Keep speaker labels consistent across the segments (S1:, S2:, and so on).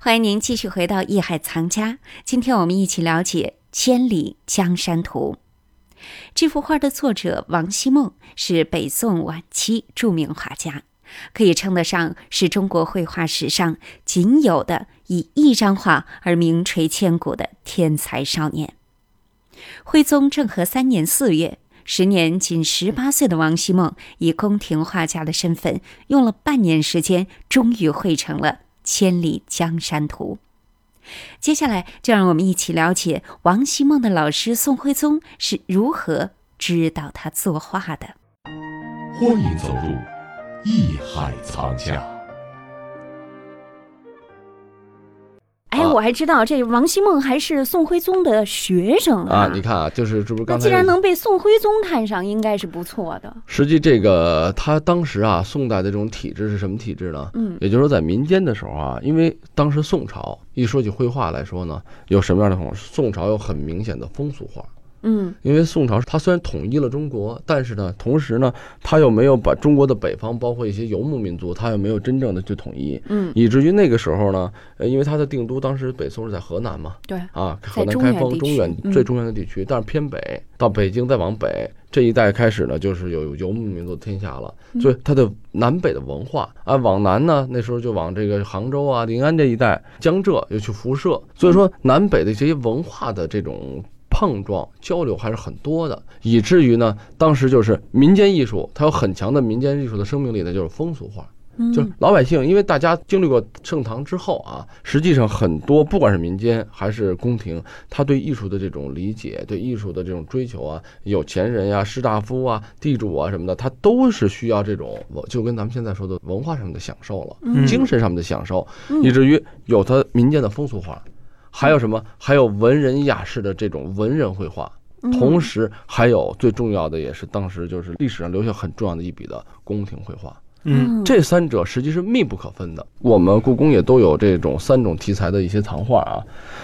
S1: 欢迎您继续回到《艺海藏家》，今天我们一起了解《千里江山图》。这幅画的作者王希孟是北宋晚期著名画家，可以称得上是中国绘画史上仅有的以一张画而名垂千古的天才少年。徽宗政和三年四月，时年仅十八岁的王希孟以宫廷画家的身份，用了半年时间，终于绘成了《千里江山图》。接下来，就让我们一起了解王希孟的老师宋徽宗是如何指导他作画的。
S2: 欢迎走入艺海藏家。
S3: 哎，
S4: 啊
S3: 我还知道这王希孟还是宋徽宗的学生
S4: 啊，你看啊，就是这不是
S3: 嗯那
S4: 刚才
S3: 既然能被宋徽宗看上，应该是不错的。
S4: 实际这个他当时啊，宋代的这种体制是什么体制呢？
S3: 嗯，
S4: 也就是说，在民间的时候啊，因为当时宋朝一说起绘画来说呢，有什么样的风？宋朝有很明显的风俗画，
S3: 嗯
S4: 因为宋朝它虽然统一了中国，但是呢，同时呢，它又没有把中国的北方，包括一些游牧民族，它又没有真正的去统一，
S3: 嗯，
S4: 以至于那个时候呢，呃，因为它的定都当时北宋是在河南嘛，
S3: 对，
S4: 啊，
S3: 在
S4: 河南
S3: 中
S4: 开
S3: 原
S4: 封
S3: 地
S4: 中
S3: 区
S4: 原
S3: 嗯
S4: 最中原的地区，但是偏北到北京再往北这一带开始呢，就是有游牧民族的天下了，
S3: 嗯
S4: 所以它的南北的文化啊，往南呢，那时候就往这个杭州啊、临安这一带，江浙又去辐射，所
S3: 嗯
S4: 以说南北的这些文化的这种。碰撞交流还是很多的，以至于呢，当时就是民间艺术，它有很强的民间艺术的生命力呢，就是风俗画。就是老百姓，因为大家经历过盛唐之后啊，实际上很多不管是民间还是宫廷，他对艺术的这种理解、对艺术的这种追求啊，有钱人呀、士大夫啊、地主啊什么的，他都是需要这种，我就跟咱们现在说的文化上面的享受了，
S3: 嗯
S4: 精神上面的享受，以至于有他民间的风俗化，还有什么？还有文人雅士的这种文人绘画。同时，还有最重要的，也是当时就是历史上留下很重要的一笔的宫廷绘画。
S2: 嗯，
S4: 这三者实际是密不可分的。我们故宫也都有这种三种题材的一些藏画啊，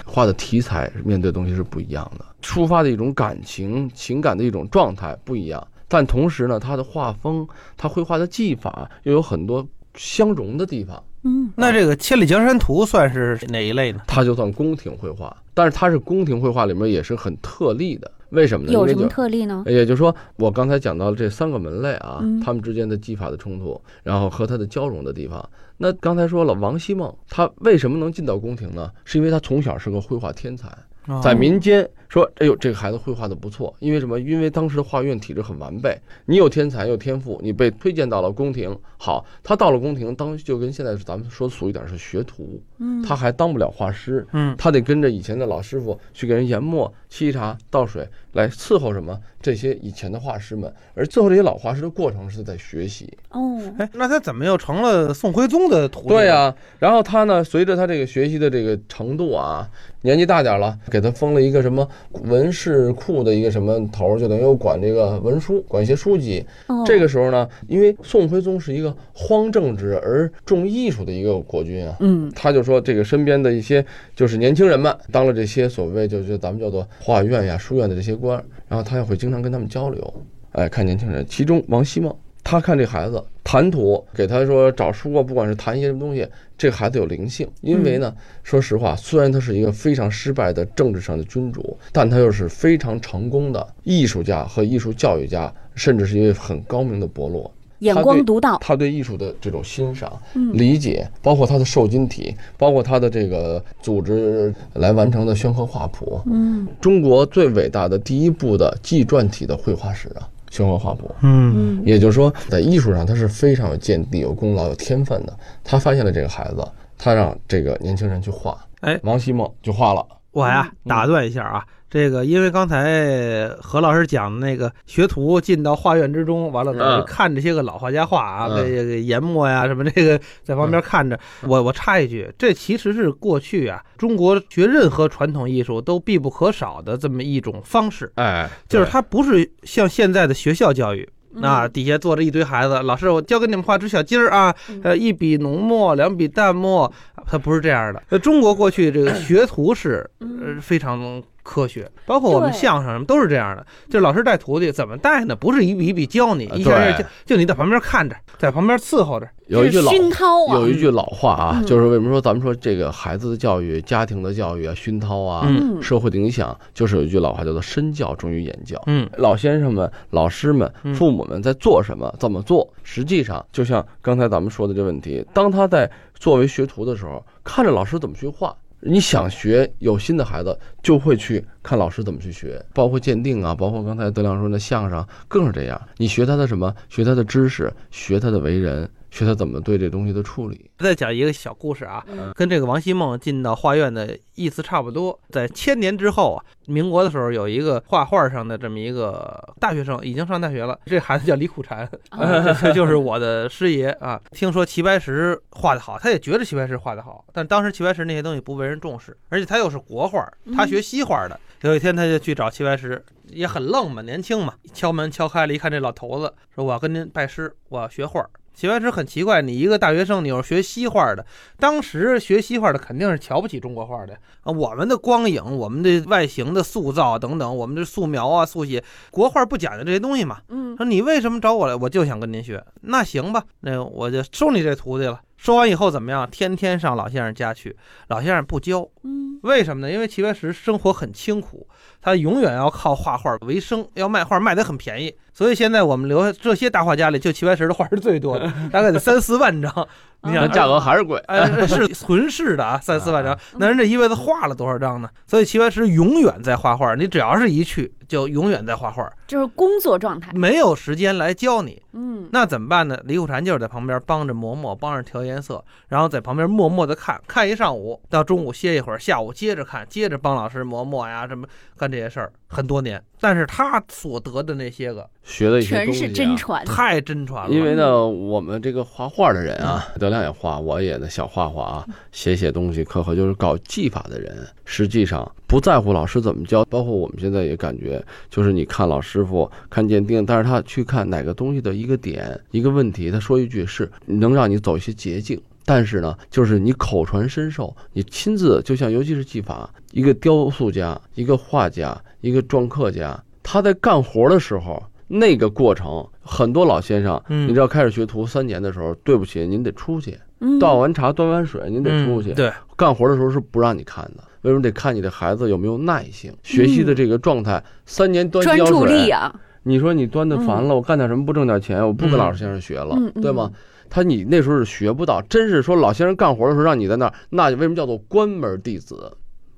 S4: 画的题材面对的东西是不一样的，抒发的一种感情、情感的一种状态不一样，但同时呢，它的画风、它绘画的技法又有很多相融的地方。
S3: 嗯，
S2: 那这个《千里江山图》算是哪一类呢？
S4: 它就算宫廷绘画，但是它是宫廷绘画里面也是很特例的。为什么呢？因
S3: 有
S4: 为
S3: 什么
S4: 就
S3: 特例呢？
S4: 哎也就是说，我刚才讲到这三个门类啊
S3: 嗯，
S4: 他们之间的技法的冲突，然后和它的交融的地方。那刚才说了，王希孟他为什么能进到宫廷呢？是因为他从小是个绘画天才，
S2: 啊
S4: 在民间说，哎呦，这个孩子绘画的不错，因为什么？因为当时的画院体制很完备，你有天才，有天赋，你被推荐到了宫廷。好，他到了宫廷，当就跟现在咱们说俗一点是学徒，
S3: 嗯
S4: 他还当不了画师，
S2: 嗯
S4: 他得跟着以前的老师傅去给人研墨、沏茶、倒水，来伺候什么这些以前的画师们。而最后这些老画师的过程是在学习，
S3: 哦，
S2: 哎，那他怎么又成了宋徽宗的徒弟？
S4: 对啊呀、，然后他呢，随着他这个学习的这个程度啊，年纪大点儿了，给他封了一个什么文士库的一个什么头儿，就等于我管这个文书，管一些书籍。
S3: 哦
S4: 这个时候呢，因为宋徽宗是一个荒政治而重艺术的一个国君啊。
S3: 嗯
S4: 他就说，这个身边的一些就是年轻人们当了这些所谓就就咱们叫做画院呀、书院的这些官儿，然后他也会经常跟他们交流，哎，看年轻人，其中王希孟，他看这孩子谈吐，给他说找书啊，不管是谈一些什么东西，这孩子有灵性，因为
S3: 嗯
S4: 呢，说实话，虽然他是一个非常失败的政治上的君主，但他又是非常成功的艺术家和艺术教育家，甚至是一位很高明的伯乐。
S3: 眼
S4: 他对
S3: 光独到，
S4: 他对艺术的这种欣赏、理解，包括他的受金体，包括他的这个组织来完成的宣和画谱，
S3: 嗯
S4: 中国最伟大的第一部的纪传体的绘画史啊，宣和画谱。
S2: 嗯，
S3: 嗯
S4: 也就是说，在艺术上他是非常有见地、有功劳、有天分的。他发现了这个孩子，他让这个年轻人去画，
S2: 哎
S4: 王希孟就画了。
S2: 我呀
S4: 嗯
S2: 打断一下啊，这个因为刚才何老师讲的那个学徒进到画院之中，完了
S4: 嗯
S2: 等于看这些个老画家画啊，
S4: 嗯
S2: 这个研墨呀什么这个在旁边看着，我我插一句，这其实是过去啊中国学任何传统艺术都必不可少的这么一种方式。
S4: 哎，
S2: 就是它不是像现在的学校教育。
S3: 嗯
S2: 啊，底下坐着一堆孩子，老师，我教给你们画只小鸡儿啊
S3: 嗯，
S2: 呃，一笔浓墨，两笔淡墨，它不是这样的。呃，中国过去这个学徒式，呃
S3: 嗯，
S2: 非常科学。包括我们
S3: 对
S2: 相声什么都是这样的，就是老师带徒弟怎么带呢？不是一笔一笔教你，
S4: 啊
S2: 一下一下
S4: 对
S2: 就就你在旁边看着，在旁边伺候着。
S4: 有一句
S3: 这是
S4: 老
S3: 熏陶啊，
S4: 有一句老话啊，
S3: 嗯
S4: 就是为什么说咱们说这个孩子的教育、家庭的教育啊、熏陶啊、
S2: 嗯
S3: 嗯，
S4: 社会的影响，就是有一句老话叫做“身教重于言教”。
S2: 嗯
S4: 老先生们、老师们
S2: 嗯、
S4: 父母们在做什么、怎么做，实际上就像刚才咱们说的这问题，当他在作为学徒的时候，看着老师怎么去画。你想学有心的孩子，就会去看老师怎么去学，包括鉴定啊，包括刚才德亮说的相声，更是这样。你学他的什么？学他的知识，学他的为人，学他怎么对这东西的处理。
S2: 再讲一个小故事啊，
S3: 嗯
S2: 跟这个王希孟进到画院的意思差不多。在千年之后啊，民国的时候有一个画画上的这么一个大学生，已经上大学了。这孩子叫李苦禅，
S3: 哦
S2: 这就是我的师爷啊。听说齐白石画得好，他也觉得齐白石画得好，但当时齐白石那些东西不为人重视，而且他又是国画，他学西画的。有一天他就去找齐白石，也很愣嘛，年轻嘛，敲门敲开了，一看这老头子，说我要跟您拜师，我要学画。齐白石很奇怪，你一个大学生，你又是学西画的，当时学西画的肯定是瞧不起中国画的啊。我们的光影，我们的外形的塑造等等，我们的素描啊、速写，国画不讲究这些东西嘛。
S3: 嗯
S2: 说你为什么找我来？我就想跟您学。那行吧，那我就收你这徒弟了。收完以后怎么样？天天上老先生家去，老先生不教，
S3: 嗯
S2: 为什么呢？因为齐白石生活很清苦，他永远要靠画画为生，要卖画卖得很便宜。所以现在我们留下这些大画家里，就齐白石的画是最多 的，大概得三四万 张。
S3: 啊
S2: 你想
S4: 但价格还是贵，
S2: 呃，是存世的啊，三四万张。那人这一辈子画了多少张呢？所以齐白石永远在画画，你只要是一去，就永远在画画，
S3: 就是工作状态，
S2: 没有时间来教你。
S3: 嗯，
S2: 那怎么办呢？李苦禅就是在旁边帮着磨墨，帮着调颜色，然后在旁边默默的看，看一上午，到中午歇一会儿，下午接着看，接着帮老师磨墨呀，什么干这些事儿，很多年。但是他所得的那些个
S4: 学的一些
S3: 全
S4: 东西、啊、
S3: 是真传，
S2: 太真传
S4: 因
S2: 了。
S4: 为呢，我们这个画画的人啊，德亮也画，我也呢小画画啊，写写东西，可可就是搞技法的人，实际上不在乎老师怎么教，包括我们现在也感觉，就是你看老师傅看鉴定，但是他去看哪个东西的一个点一个问题，他说一句是能让你走一些捷径。但是呢，就是你口传身受，你亲自就像，尤其是技法，一个雕塑家、一个画家、一个篆刻家，他在干活的时候，那个过程，很多老先生，
S2: 嗯
S4: 你知道开始学徒三年的时候，对不起，您得出去
S3: 嗯
S4: 倒完茶、端完水，您得出去。
S2: 嗯对，
S4: 干活的时候是不让你看的，为什么得看你的孩子有没有耐性，学习的这个状态？三年端
S3: 嗯专
S4: 胶
S3: 注力
S4: 水，
S3: 啊，
S4: 你说你端的烦了，我干点什么不挣点钱，我不跟老先生学了
S3: 嗯，嗯
S4: 对吗？他你那时候是学不到，真是说老先生干活的时候让你在那儿，那为什么叫做关门弟子？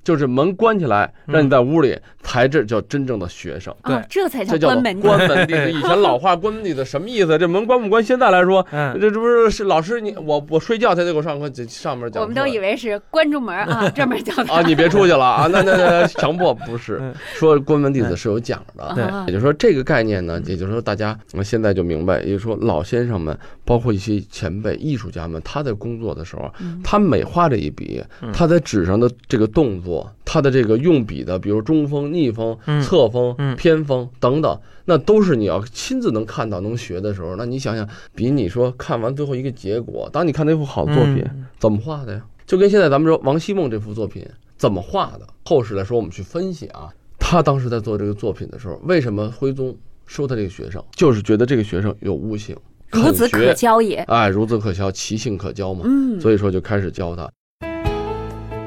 S4: 就是门关起来，让你在屋里，才这叫真正的学生。
S3: 哦
S2: 对，
S3: 这才
S4: 这
S3: 叫
S4: 叫
S3: 关
S4: 做
S3: 门啊弟
S4: 关门弟子。以前老话关门弟子什么意思？这门关不关？现在来说，
S2: 嗯，
S4: 这这不是是老师你我我睡觉才得给我上课，这上面讲课。
S3: 我们都以为是关住门儿 啊，这门儿叫
S4: 啊，你别出去了啊！那那那强迫不是
S2: 嗯
S4: 说关门弟子是有讲的。
S2: 对
S3: 啊
S4: 也就是说，这个概念呢，也就是说，大家嗯现在就明白，也就是说，老先生们，包括一些前辈艺术家们，他在工作的时候，啊他每画这一笔，
S2: 嗯
S4: 他在纸上的这个动作，他的这个用笔的，比如中锋、逆锋、
S2: 嗯
S4: 侧锋
S2: 嗯、
S4: 偏锋等等，那都是你要亲自能看到、能学的时候。那你想想，比你说看完最后一个结果，当你看到一幅好的作品，
S2: 嗯
S4: 怎么画的呀？就跟现在咱们说王希孟这幅作品怎么画的，后世来说我们去分析啊，他当时在做这个作品的时候，为什么徽宗收他这个学生，就是觉得这个学生有悟性，
S3: 孺子
S4: 肯学
S3: 可教也，
S4: 哎，孺子可教，其性可教嘛，
S3: 嗯，
S4: 所以说就开始教他。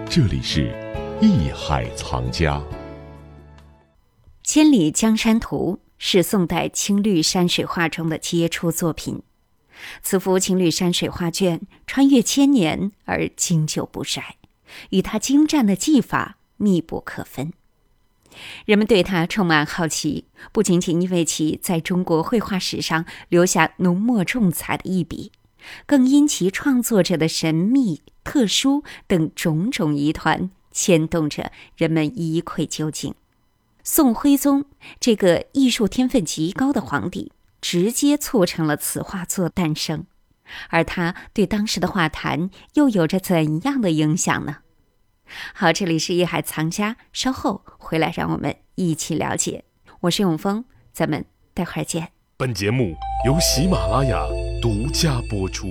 S5: 这里是《艺海藏家》。
S1: 《千里江山图》是宋代青绿山水画中的杰出作品。此幅青绿山水画卷穿越千年而经久不衰，与它精湛的技法密不可分。人们对它充满好奇，不仅仅因为其在中国绘画史上留下浓墨重彩的一笔，更因其创作者的神秘、特殊等种种疑团，牵动着人们一窥究竟。宋徽宗这个艺术天分极高的皇帝，直接促成了此画作诞生，而他对当时的画坛又有着怎样的影响呢？好，这里是艺海藏家，稍后回来让我们一起了解。我是永峰，咱们待会儿见。
S5: 本节目由喜马拉雅独家播出。